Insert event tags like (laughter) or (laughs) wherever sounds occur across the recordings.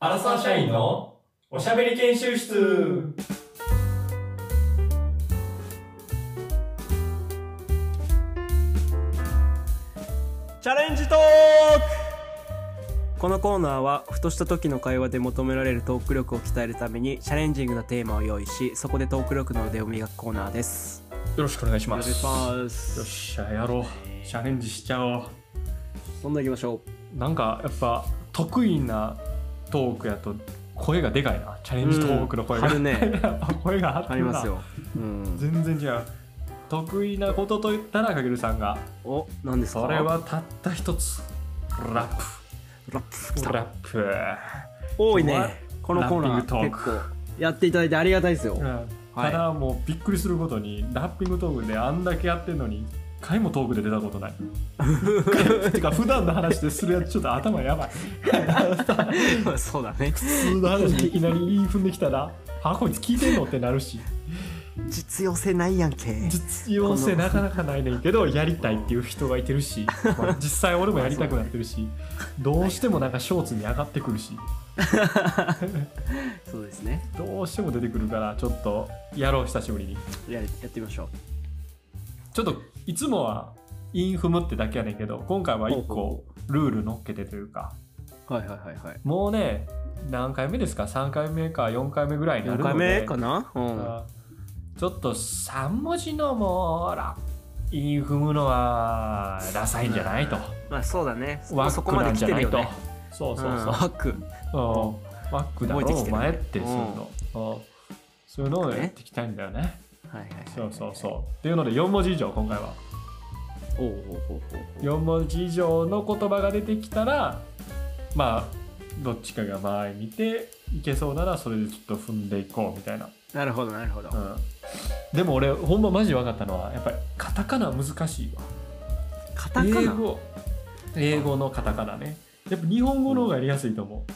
アラサー社員のおしゃべり研修室チャレンジトークこのコーナーはふとした時の会話で求められるトーク力を鍛えるためにチャレンジングなテーマを用意しそこでトーク力の腕を磨くコーナーですよろしくお願いしますまよっすしゃやろうチャレンジしちゃおうどんどんいきましょなんかやっぱ得意なトークやと声がでかいなチャレうンジトークの声が、う (laughs) ん張るねやっぱ声が張ってありるなますよ、うん、全然違う得意なことと言ったらかけるさんがお何ですかそれはたった一つラッラッププきたラップ多い今日ねはこのコーナラッピングートー結ク構やっていただいてありがたいですよ、うんはいただもうびっくりすることにラッピングトークであんだけやってんのに一回もトークで出たことないてか普段の話でするやつちょっと頭やばいそうだね普通の話でいきなり言い踏んできたらあこいつ聞いてんのってなるし (laughs) 実用性ないやんけ実用性なかなかないねんけどやりたいっていう人がいてるし、まあ実際俺もやりたくなってるしどうしてもなんかショーツに上がってくるしそうですねどうしても出てくるからちょっとやろう久しぶりにややってみましょうちょっといつもはインフムってだけやねんけど今回は1ほう個ルール乗っけてというかはいはいはいはいもうね何回目ですか3回目か4回目ぐらいにな何るので回目かなううんんちょっと3文字のもうらインフムのはダサいんじゃないとまあそうだねワそッこクまなでんじ来ゃなてるいよとねそうそううんそうワックうんワックだろ覚えてきおてる前ってそういうのうんそういうのをやっていきたいんだよねはいはいはいそうそうそうっていうので4文字以上今回はおうおうおうおう4文字以上の言葉が出てきたらまあどっちかが前見ていけそうならそれでちょっと踏んでいこうみたいな、なるほどなるほど、うん、でも俺ほんまマジ分かったのはやっぱりカタカナ難しいわカタカ英ナ語英語のカタカナねやっぱ日本語の方がやりやすいと思う、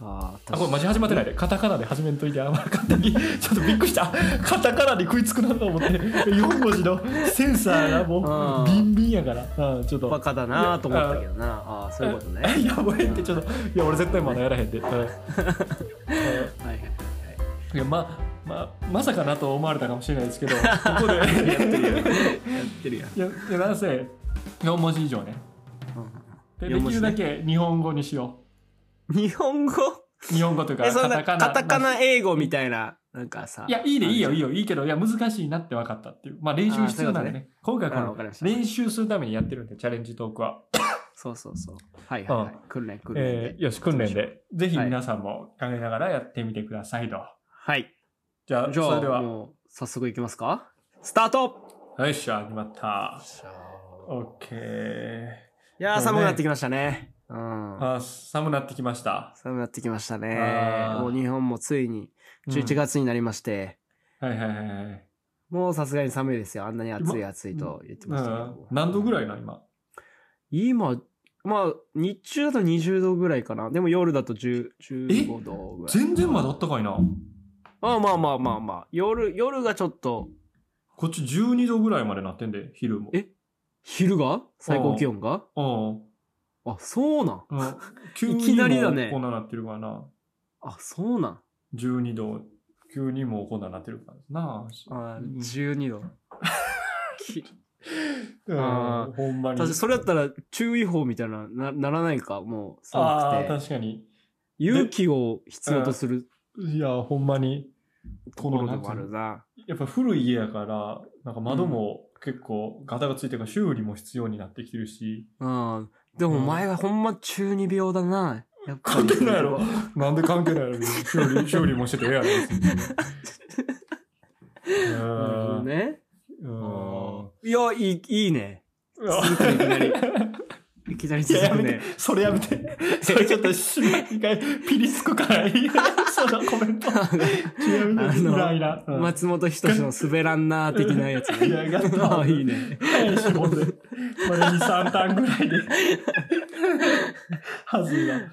あーあこれマジ始まってないでカタカナで始めんといてあんまり簡単に (laughs) ちょっとびっくりしたカタカナに食いつくなと思って4文字のセンサーがもあうービンビンやから、うん、ちょっとバカだなと思ったけどなああーそういうことねい (laughs) や俺ってちょっといや俺絶対まだやらへんで、うんうんはいはいいやまままさかなと思われたかもしれないですけ (laughs) どここでやってるはいやってるやん、いやいやなんせ4文字以上ねで4で文き字るねだけ日本語にしようん日本語う日本語というかえそカんなタカカナタカナ英語みたいななんかさいやいいでいいよいいよよいいけどいや難しいなって分かったっていうまあ練習必要なんでね今回こあーわのかりました練習するためにやってるんでチャレンジトークは、そうそうそうはいはい、はい、訓練訓練で、えーよし訓練でぜひはい皆さんも考えながらやってみてくださいと、はいじゃあじゃあそれではもう早速いきますかスタートよいしょ、始まった。オッケー。いもやうーね寒くなってきましたねうんあ、寒なってきました。寒くなってきましたねあーもう日本もついにうん11。月になりまして、はいはいはいはい。もうさすがに寒いですよあんなに暑い暑いと言ってましたけうんど、何度ぐらいな、今。今、まあ、日中だと20度ぐらいかな。でも夜だと10 15度ぐらい。全然まだあったかいな。まあまあまあまあまあ。夜、夜がちょっと、こっち12度ぐらいまでなってんで、昼も。え昼が最高気温がうん。あ、そうなん。うん。急に (laughs) いきなりだねもうこんななってるからな。あ、そうなん。 12度、急にもうこんななってるからな。あうん12度。きあうん。ほんまに。私、それだったら注意報みたいな、なならないか、もうああ寒ー、くて。確かに。勇気を必要とするいや、ほんまに。ところでもあるな。やっぱ古い家やから、なんか窓も結構ガタがついてるから修理も必要になってきてるし、うん。でもお前はほんま中二病 (laughs) だな。やっぱり関係ないやろ (laughs) なんで関係ないのに修 (laughs) 理、修理もしててええやろ別に。うなるほどんね。うんいや、いい、いいね。続くねいきなりい (laughs) いやきなり続やくめてね。、それやめて。 (laughs) それちょっと、し一回、ピリつくからいい。 (laughs) そのコメント。ちなみあに、のイライラ。うん (laughs) 松本人志の滑らんなー的なやついね。や、ガッあと (laughs) あ、いいね。早いし、ほんで。これ2、3ターンぐらい (laughs) で。はずいな。さ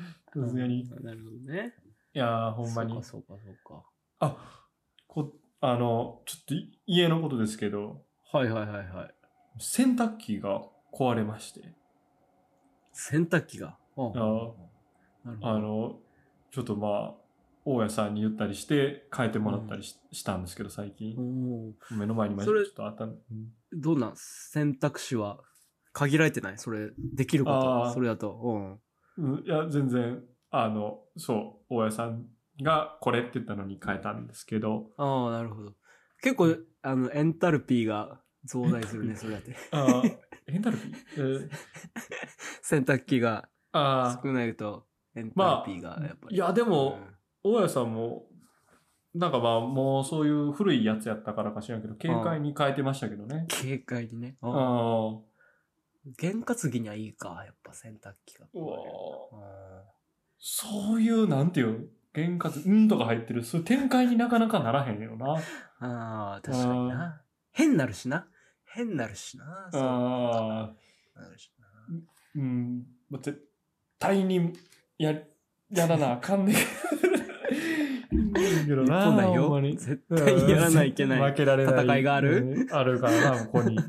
すがに。いなるほどね。やー、ほんまに。そうか、そうか、あ、こ、あの、ちょっとい家のことですけど、そうか。はいはいはいはい。洗濯機が壊れまして。洗濯機が。あああなるほあど。の、ちょっとまあ大家さんに言ったりして変えてもらったりし,、たんですけど最近お、おー目の前にまちそょれっとあった、うんどうなん選択肢は限られてないそれ、できるこあと。ーそれだと。うん、いや全然あのそう大家さんがこれって言ったのに変えたんですけどうん。ああ、なるほど。結構、あの、エンタルピーが増大するね、それ (laughs) だって。 (laughs) あーエンタルピー、えー洗濯機があー少ないと、エンタルピーがやっぱり。いやでも大家さんもなんかまあもうそういう古いやつやったからか知らんけど軽快に変えてましたけどね警戒にね。ああああ験担ぎにはいいか、やっぱ洗濯機が。うわーあそういうなんていう原価うんとか入ってるそういう展開になかなかならへんよなーあー、確かにな。変なるしな。変なるしな。そうあなるしなーうんまあ絶対にややらなあかん (laughs) ねんけど日な本だほんよまに。絶対やらないけうんない。負けられない戦いがあるうんあるからな (laughs) ここにいうん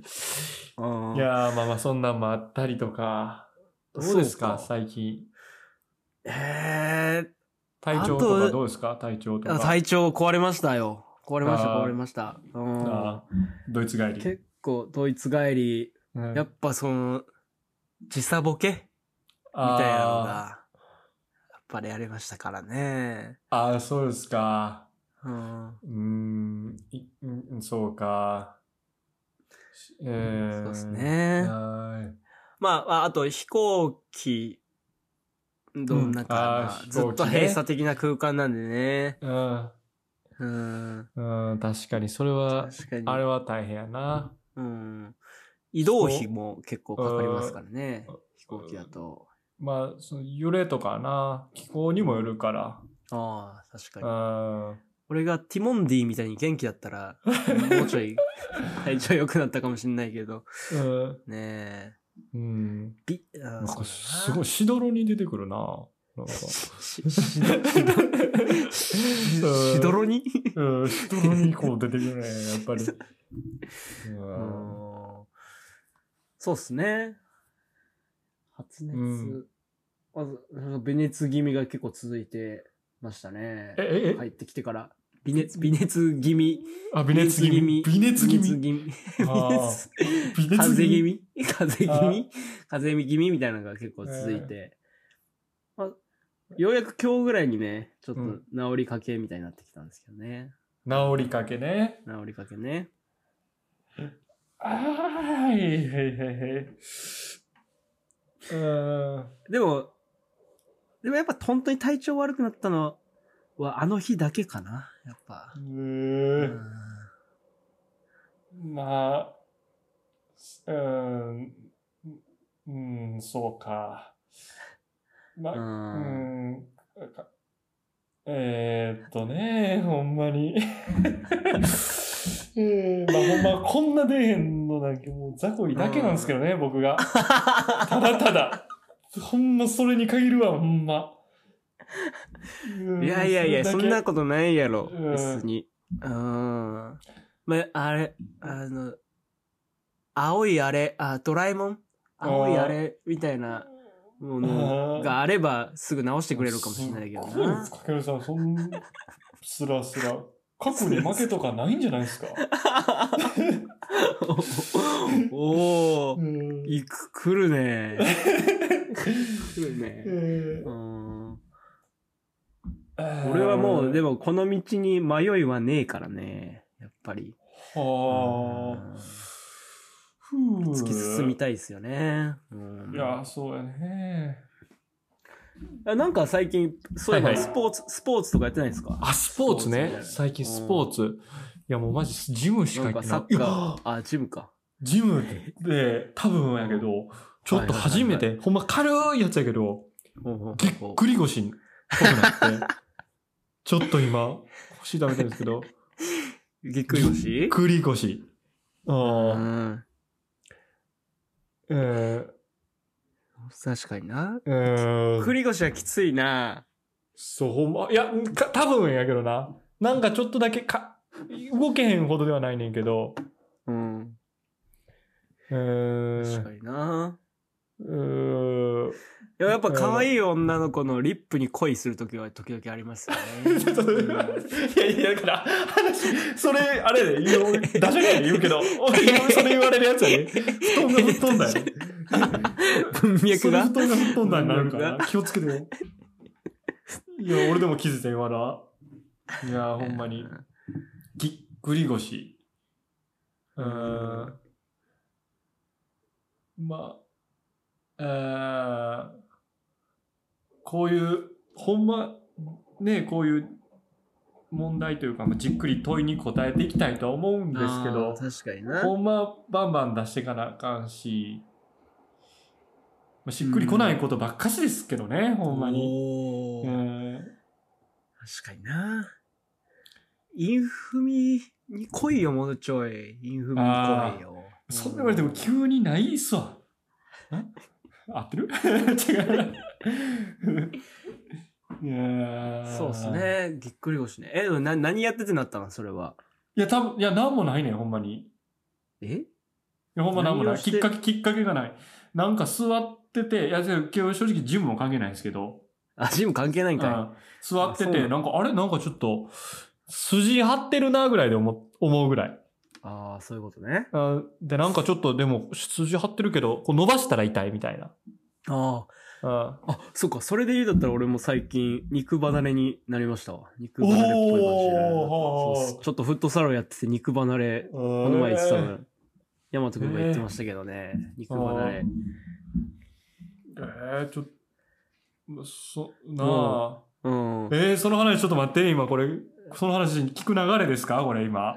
やーまあまあそんなんもあったりとかどうですかそうか最近えー体調とかどうですか体調とかあ体調壊れましたよ。壊れました、あー壊れました。うんあードイツ帰り、結構、ドイツ帰り、うんやっぱその、時差ボケみたいなのあが、やっぱりありましたからね。ーあーそうですかうん。うーん、いうんそうか。しえー、そうです。ね。はまああ、あと飛行機のうん中があーずっ飛行機とね閉鎖的な空間なんでね。ーうん。い。うん、確かに、それは、確かに。あれは大変やな。うん。移動費も結構かかりますからねうん。飛行機だと。まあ、その揺れとかな、気候にもよるから。ああ、確かうに。ん。俺がティモンディみたいに元気だった (laughs) ら、もうちょい体調良くなったかもしんないけど。うんねえ。うん。び、なあんーか、そすうだごい、しどろに出てくるな。なんかし、し、しど、し、しどろにうん、しどろにこう出てくるね、やっぱり。うんうんそうっすね。発熱。うんまず、微熱気味が結構続いてましたね。え、え、え、入ってきてから。微熱、微熱気味。あ、微熱気味。微熱気味。微熱あー微熱風邪気味風邪気味風邪気味みたいなのが結構続いて。まあようやく今日ぐらいにね、ちょっとうん治りかけみたいになってきたんですけどね。治りかけね。治りかけね。ああ、へいへいへいへい。うん。でも、でもやっぱ本当に体調悪くなったのはあの日だけかな、やっぱ。うんまあ、うん、うん、そうか。まあ、ううん (laughs) ん、かえー、っとね、ほんま (laughs) に。えー、まあほんま、こんな出えへんのなんかもう雑魚いだけなんですけどね、僕が。ただただ。ほんまそれに限るわ、ほんま。うんいやいやいや、それだけんなことないやろ、うん別に。うん。まあ、あれ、あの、青いあれ、あ、ドラえもん青いあれみたいなものがあればすぐ直してくれるかもしれないけどすごいでなす。かけるさん、そん、すらす (laughs) ら。過去に負けとかないんじゃないですか。おうー、んいく、来るね。来るねえ。ーうん俺俺はもう、でも。もこの道に迷いはねえからね。やっぱり。はあ。ふう突き進みたいですよね。うんいや、そうやね。あなんか最近、そういえばはいはいスポーツ、スポーツとかやってないですかあ、スポーツスポーツね。ね最近スポーツ。いや、もうマジ、ジムしか行っなんてなかい。サッカー、あ、ジムか。ジムで、多分やけど、ちょっと初めて、ほんま軽いやつやけど、ほうほうぎっほうくり腰っぽくなって、 (laughs) ちょっと今、腰痛めてるんですけど、ぎっくりぎっ腰くり腰。うああ、ん。えー、確かにな。えぎっくー、り腰はきついな。そう、ほんま、いや、か多分やけどな。なんかちょっとだけか、動けへんほどではないねんけど、うん。え確ーか、にな。うーややっぱ可愛い女の子のリップに恋する時は時々ありますよ (laughs) ね。ちょっとうんいやいや、だから、話、それ、あれで、言う俺ダジャレやで言うけ (laughs) ど、俺それ言われるやつやで、布団が吹っ (laughs) 飛んだ (laughs) よ。 (laughs) 文脈がそれ布団が吹っ飛んだになるからな、気をつけてよ。いや、俺でも気づいたよ、今のは。いや、ほんまに。ぎっくり腰。うーん。まあ、あーこういう、ほんま、ね、こういう問題というか、まあじっくり問いに答えていきたいとは思うんですけどあ、ー確かにな。ほんまバンバン出していかなあかんし、まあ、しっくりこないことばっかしですけどね、ほんまに。おうーん確かにな。インフミに来いよ、もうちょい。インフミに来いよ。そんな言われても急にないっすわ。ん (laughs) 合ってる違 (laughs) う。いやーそうです。ね。ぎっくり腰ね。え、でもな何やっててなったのそれは。いや、多分いや、なんもないねん、ほんまに。いえ (laughs) や、ほんまなんもな何をい。してきっかけ、きっかけがない。なんか座ってて、いや、今日正直ジムも関係ないんですけど、あ、ジム関係ないんうかん座ってあそうなて、のなんか、あれなんかちょっと、筋張ってるなぐらいで思思うぐらい。い。ああ、そういうことね。あで、なんかちょっと、でも、筋張ってるけど、こう伸ばしたら痛いみたいな。あうんあ。あ、そうか。それで言うだったら俺も最近肉離れになりましたわ。肉離れっぽい感じになるおーそうそうちょっとフットサロンやってて肉離れここのの前言ってたの。ヤマト君が言ってましたけどね。肉離れ。えー、ちょっと、そ、なあ。うん。えー、その話ちょっと待って、今これ、その話聞く流れですかこれ今。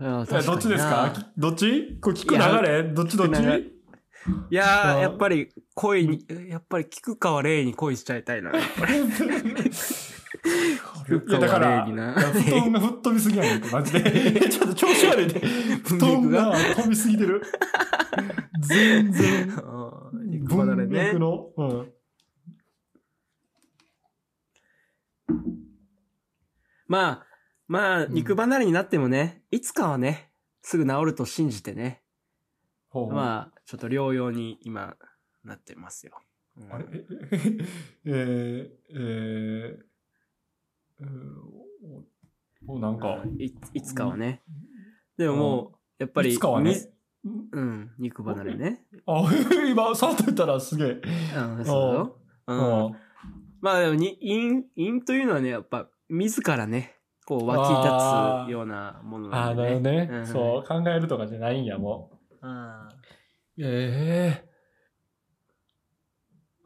いやえどっちですかきどっちこれ聞く流れどっちどっち聞く流れいやうー、んやっぱり恋に、やっぱり菊川玲に恋しちゃいた (laughs) いな。いやだから、菊い川や玲布にな。団が吹っ飛びすぎやねんマジ (laughs) で。ちょっと調子悪いで。布団が飛びすぎてる。全然。うん肉離れね文脈。の。うん。まあ、まあ、うん肉離れになってもね、いつかはね、すぐ治ると信じてね。ほうまあ、ちょっと療養に今、なってますよ。うんあれええええーえーおおなんか、いいつかはね。でももう、やっぱり、いつかはねみ。うん、肉離れね。あ、 (laughs) 今、触ってたらすげえ。うん、そうだよ。うん。まあでもに、陰、陰というのはね、やっぱ、自らね、こう、湧き立つようなものあなあ、んなでるほどね。ねう。んそう、考えるとかじゃないんや、もうんう。ええ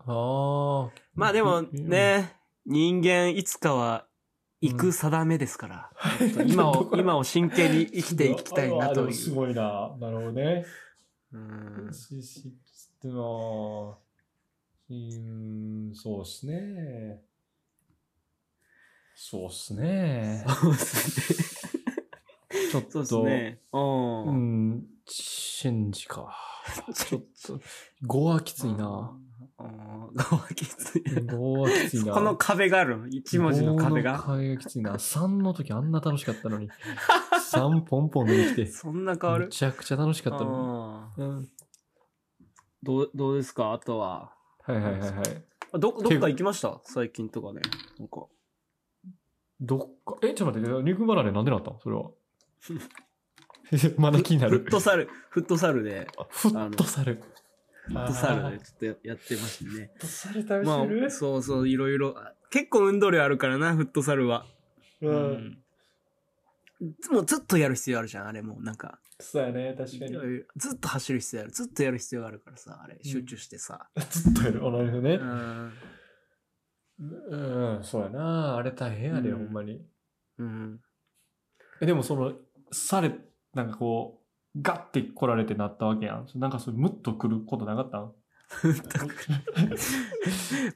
ああ。まあでも (laughs) ね、人間いつかは行く定めですから、うんちょっと今を、今を真剣に生きていきたいなあとでもすいう。ごいな。なるほどね。うんししでもうん、そうっすね。そうっすね。そうですね。ちょっそうと、ですね。う。うんん、チェンジか。ちょっと、5はきついな。うん。ごわきつい。 5はきついな。 (laughs) この壁があるの一文字の壁五のが。壁がきついな。3の時あんな楽しかったの (laughs) に。3ポンポン出てきて。そんな変わめるちゃくちゃ楽しかったのあーに。うん。どう、どうですかあとは。はいはいはいはい。あど、どっか行きました最近とかね。なんか。どっか、え、ちょっと待って、肉離れなんでなったのそれは。 (laughs) まだ気になフるッ。トサル、フットサルで、あフットサル。フフットサルで。ちょっとややってましてねフ。ットサル試ましてるあ、そうそう、いろいろ。結構運動量あるからな、フットサルは。う。うんんもうずっとやる必要あるじゃん、あれもうなんか。そうやね、確かに。ずっと走る必要ある。ずっとやる必要があるからさ、あれ、集中してさ。ずっとやる、同じのうね。ん。うん、そうやな。あれ大変やで、うんほんまに。うん。え、でもその、され、なんかこう、ガッて来られてなったわけやん。なんかそれ、ムッと来ることなかったん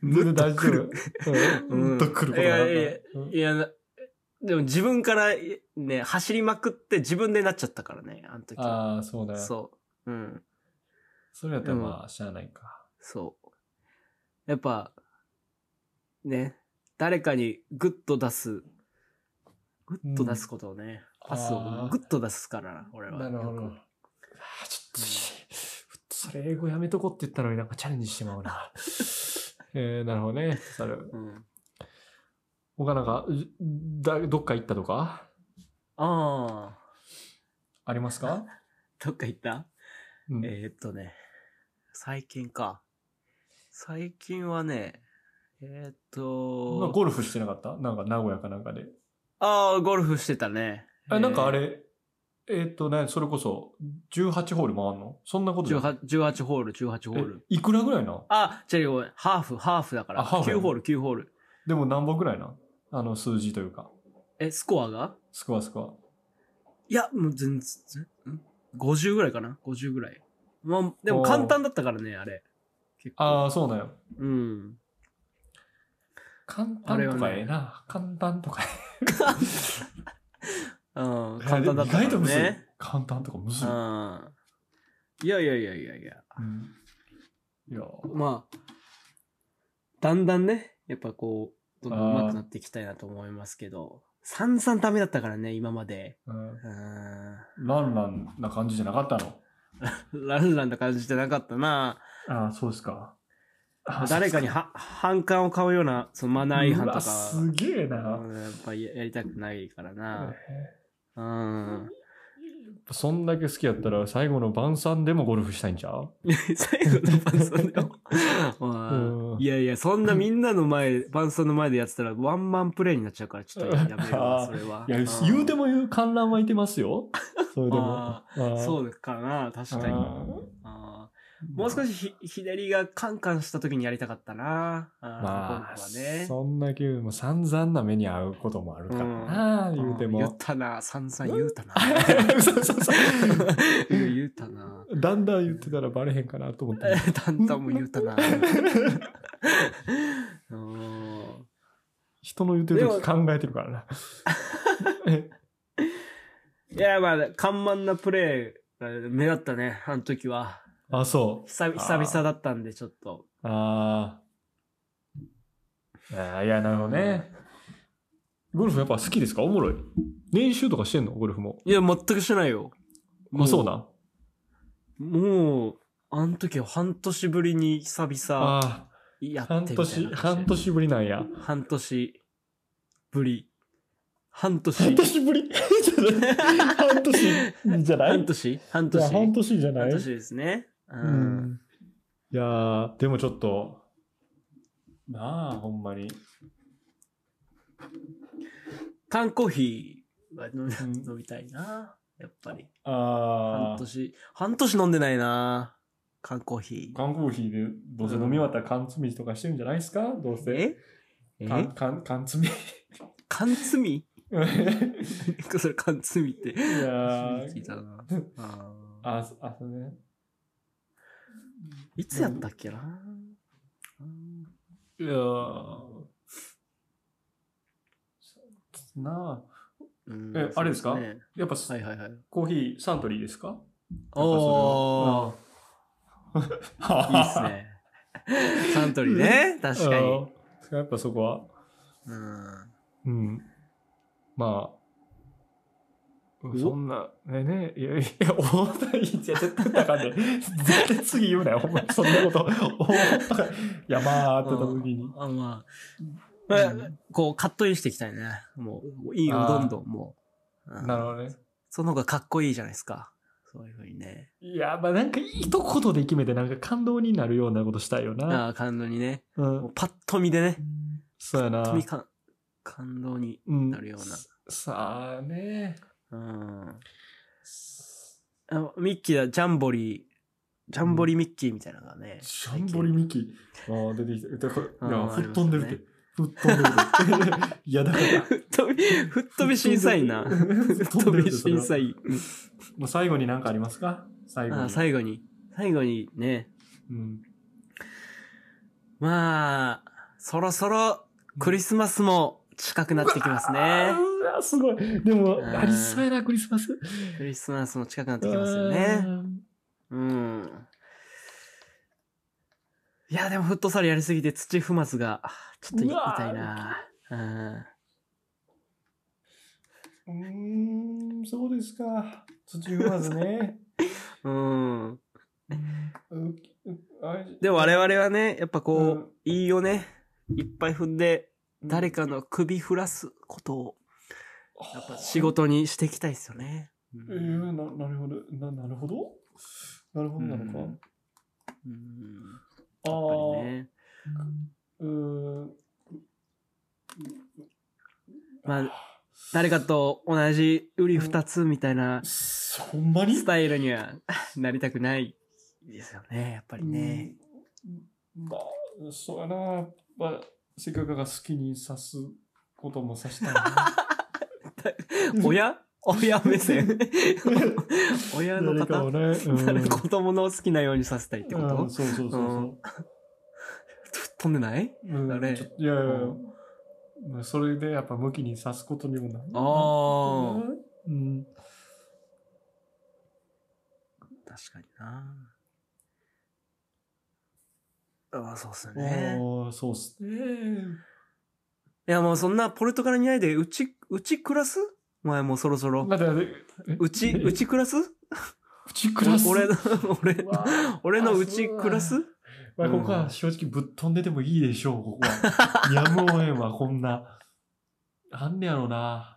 ムッと大来丈る夫。うんムッと来ることなかいやいやいやったうんいや、なでも自分からね、走りまくって自分でなっちゃったからね、あの時は。ああ、そうだよ。そう。うん。それやったらまあ、しゃあないか。そう。やっぱ、ね、誰かにグッと出す、グッと出すことをね、うんパスあをーグッと出すから、俺は。なるほど。あよーくちょっと、それ英語やめとこって言ったのになんかチャレンジしてまうな。 (laughs) えー、なるほどね。猿。うん、他なんか、じだどっか行ったとかああ、ありますか、どっか行ったうんえー、っとね、最近か。最近はね、えまー、っあと、ゴルフしてなかったなんか名古屋かなんかで。ああ、ゴルフしてたね。あなんかあえれ、えーっとね、それこそ、18ホール回んのそんなことーじゃない18 ?18 ホール、18ホール。えいくらぐらいなあ、違うごめんハーフ、ハーフだから。あハーフ9ホール、9ホール。でも何本ぐらいなあの数字というか。え、スコアがスコアスコア。いや、もう全然、ん ?50 ぐらいかな ?50 ぐらい。まあ、でも簡単だったからね、あれ。結構。ああ、そうなんよ。うん。簡あれ単はとねかええな。簡単とかえうん、簡え。単だったから、意ね。外とむずい。簡単とかむずい。うん。いやいやいやいやいや。うんいや、まあ、だんだんね、やっぱこう、どんどんあー上手くなっていきたいなと思いますけど、散々ダメだったからね、今まで。うんうん。ランランな感じじゃなかったのランランな感じじゃなかったな。ああ、そうですか。誰かには反感を買うような、そのマナー違反とうわか、すげえな。うんやっぱりやりたくないからな。うん。そんだけ好きやったら最後の晩餐でもゴルフしたいんちゃう (laughs) 最後の伴奏でも、ま (laughs) うんあいやいや、そんなみんなの前、伴奏の前でやってたらワンマンプレイになっちゃうから、ちょっとやめよう (laughs) わ、あーそれは。いや、言うてもも、言う観覧はいてます (laughs) よ。それでも。ああーそうかな、確かに。あーもう少しひひねりがカンカンした時にやりたかったな。まああ、ーゴルフはね。そんだけもう散々な目に遭うこともあるからな、言うてん言っも。たな、散々言うたな。 (laughs) そうそうそう言う (laughs) たな。だんだん言ってたらバレへんかなと思って。だんだんも言う (laughs) たな。うん人の言ってる時考えてるからな。いや、まあ、緩慢なプレーが目立ったね、あの時は。あ、そう。久々久々だったんで、ちょっと。あーあー。いや、なるほどね。ゴルフやっぱ好きですかおもろい。練習とかしてんのゴルフも。いや、全くしてないよ。もあ、そうだ。もう、あの時は半年ぶりに久々あやあー、ってみ半たいな年、半。年ぶりなんや。半年ぶり。半年。半年ぶり (laughs) ちょっと待って半年じゃない半年半いや半年。年じゃな半い年ですね。う。うんん。いやー、でもちょっと、なあ、ほんまに。缶コーヒーは飲みうん飲みたいな。やっぱり。半ああ、年、半年飲んでないな。缶コーヒー。缶コーヒーでどうせ飲み終わったら缶詰とかしてるんじゃないですかどうせ。え缶え缶缶詰 (laughs) い缶詰 (laughs) みやそれ缶詰みって。ー聞いたな。あーあ、そあ、そうね。いつやったっけな。いやーなあ。うんえあれですかそうねやっぱ、はいはいはい。コーヒーサントリーですかおー、いいっすね。サントリーね。確 (laughs) かに。に。やっぱそこは、うん。うん。まあ、おそんな、ねね、いや、いや、大谷いや絶対高で、絶対次言うなよ、ほんまにそんなこと。大谷いや、まあ、ってた時に。あまあ、まうあんこう、カットインしていきたいね。もう、いいよ、あーどんどん、もう。うんなるほどね。その方がかっこいいじゃないですか。そういうふうにね。いや、まあ、なんか、一言で決めて、なんか感動になるようなことしたいよな。ああ、感動にね。う。もうんパッと見でね。そうやな。と見か感動に。うんなるような。さあね。うん。あのミッキーだ、ジャンボリー、ジャンボリーミッキーみたいなのがね。シャンボリミキ。ああ、出てきた。だからいあや、ー吹っ飛んでるっあて。吹っ飛んでるって。いや、だから。 (laughs) 吹っ飛び、吹っ飛び審査員な。吹吹っっ飛ん飛でびる審査員。もう最後に何かありますか最後に。あ最後に、最後にね、うん。まあ、そろそろクリスマスも近くなってきますね。うわ、すごい。でも、うんありそうやな、クリスマス。クリスマスも近くなってきますよね。うん。いや、でもフットサルやりすぎて土踏まずが、ちょっというわ痛いな。うん。うー (laughs) ん。うーん、そうですか。土踏まずね。うん。ううあれでも我々はね、やっぱこう、うんいいよね。いっぱい踏んで、誰かの首振らすことを、やっぱ仕事にしていきたいですよね。えー、ななるほどななるほどなるほどなのか、うんうんあやっぱあ、りね。うーんまあ、誰かと同じ売り二つみたいなほんまにスタイルにはなりたくないですよね、やっぱりね。うんまあそうやなやっぱせっかくが好きにさすこともさしたいなうん (laughs) 親親 (laughs) 目線親の誰パタかーをンね、うん誰子供の好きなようにさせたいってこうとんそうそうそうそう、ふ飛んでないうんだねちょっといやいやいやうんまあそれでやっぱ向きにさすことにもなるああ、うん確かにな。ああ、そうっすよね。ああそうっすねいや、もうそんなポルトガルにないで、うち、うち暮らすお前もうそろそろ。待って待ってうち、えうち暮らすうちクラス俺の、俺う、わー俺のあうち暮らそうすまあ、ここは正直ぶっ飛んでてもいいでしょう、ここ (laughs) は。やむをえんわ、こんな。あんねやろな。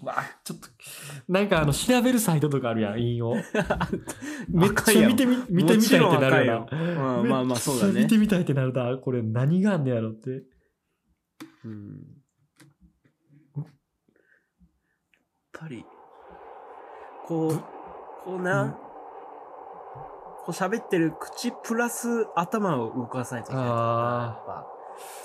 わあ、ちょっと、なんかあの、調べるサイトとかあるやん、引 (laughs) 用。めっちゃ見てみ、見てみたいってなるよもな。 (laughs) うんまあまあそうだめっちゃね見。てみたいってなるな。これ何があんねやろって。うんやっぱり、こう、こうな、うんこう喋ってる口プラス頭を動かさないといけないとか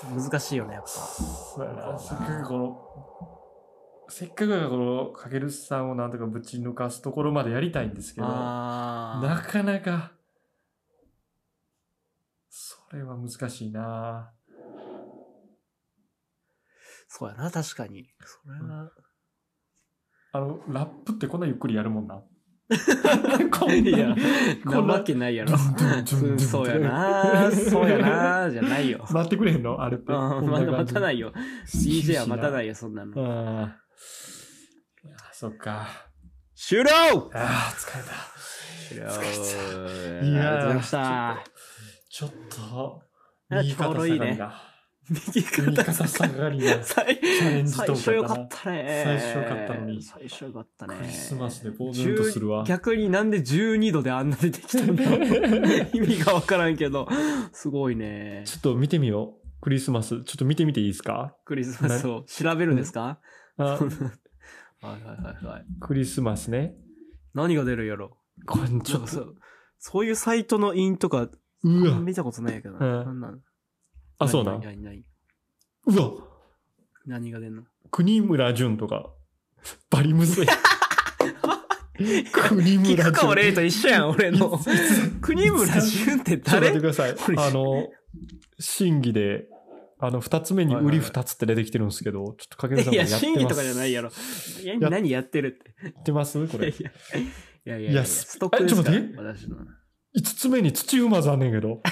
やっぱ難しいよね、やっぱ。そうやな。せっかくこの、せっかくがこの、かけるさんをなんとかぶち抜かすところまでやりたいんですけど。あなかなか、それは難しいなそうやな、確かに。それは。あの、ラップってこんなゆっくりやるもん (laughs) な。こんなにいや、こん (laughs) なわけないやろ。うんそうやな、そうや。な、じゃないよ。待ってくれへんのあれって。。うんまだ待たないいよ。DJ は待たないよ。よ、そんなあの。あ。いやそっか。終了ああ、疲れた。終了いやありがとうございーました。ちょっと、あ右ちょう肩ど下いいがねりが。右右肩肩下下ががりが。最レンジトーク最初よかったね。最初よかったのに最初よかったね。クリスマスでぼう然とするわ10逆になんで12度であんな出てきたの (laughs) 意味がわからんけど、すごいね。ちょっと見てみよう。クリスマス。ちょっと見てみていいですかクリスマスを調べるんですか (laughs) あはいはいはいはい。クリスマスね。何が出るんやろこれちなょんっかと、そうそういうサイトの印とか、うわ。見たことないけどうな。んなんなんあ、そうなん何。何何うわ。何が出んの国村淳とか。バリむずい。国菊村淳。川玲と一緒やん、俺の。国村淳っちょてっと待っ誰てください。これあの、審議で、あの、二つ目に売り二つって出てきてるんですけど、ちょっとかけるさんいもやっや、てます。審議とかじゃないやろ。いややっ何やってるって。やってますこれ。いやいやいやいやいやストックですかえらちょっと私の。五つ目に土馬ざんねんけど。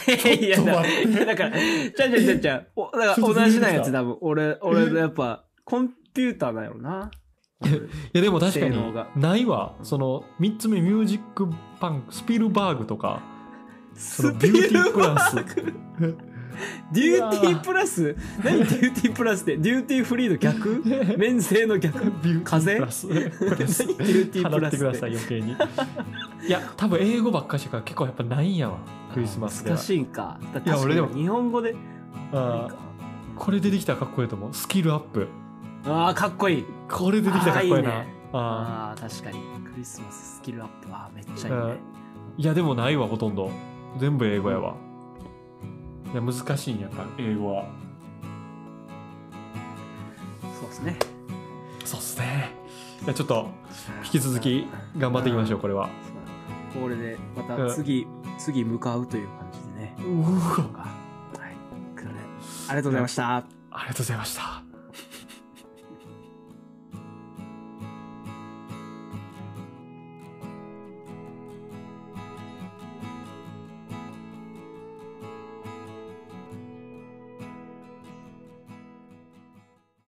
いや、ちょっとだ待っていやだから、ちゃうちゃうちゃうちゃうおだからちょっと同じなやつ多分。俺、俺のやっぱ、コンピューターだよな。いやでも確かに性能がないわその3つ目ミュージックパンクスピルバーグとかそのスビューティープ (laughs) ラバスーグデューティープラス何デューティープラスってデューティーフリーの逆免税の逆ビューティー風プラス (laughs) プラス何デューティープ払ラってスってください余計にいや多分英語ばっかしだから結構やっぱないんやわクリスマスでは難しいんかだいや俺でも確かに日本語であーこれ出てきたらかっこいいと思うスキルアップあーかっこいいこれ出てきたらかっこいいなあーいいねあああ確かにクリスマススキルアップはめっちゃいいねーいやでもないわほとんど全部英語やわいや難しいんやっぱ英語はそうですねそうっすねいやちょっと引き続き頑張っていきましょうこれはそうだこれでまた次、次向かうという感じでねうわはい、ありがとうございましたありがとうございました。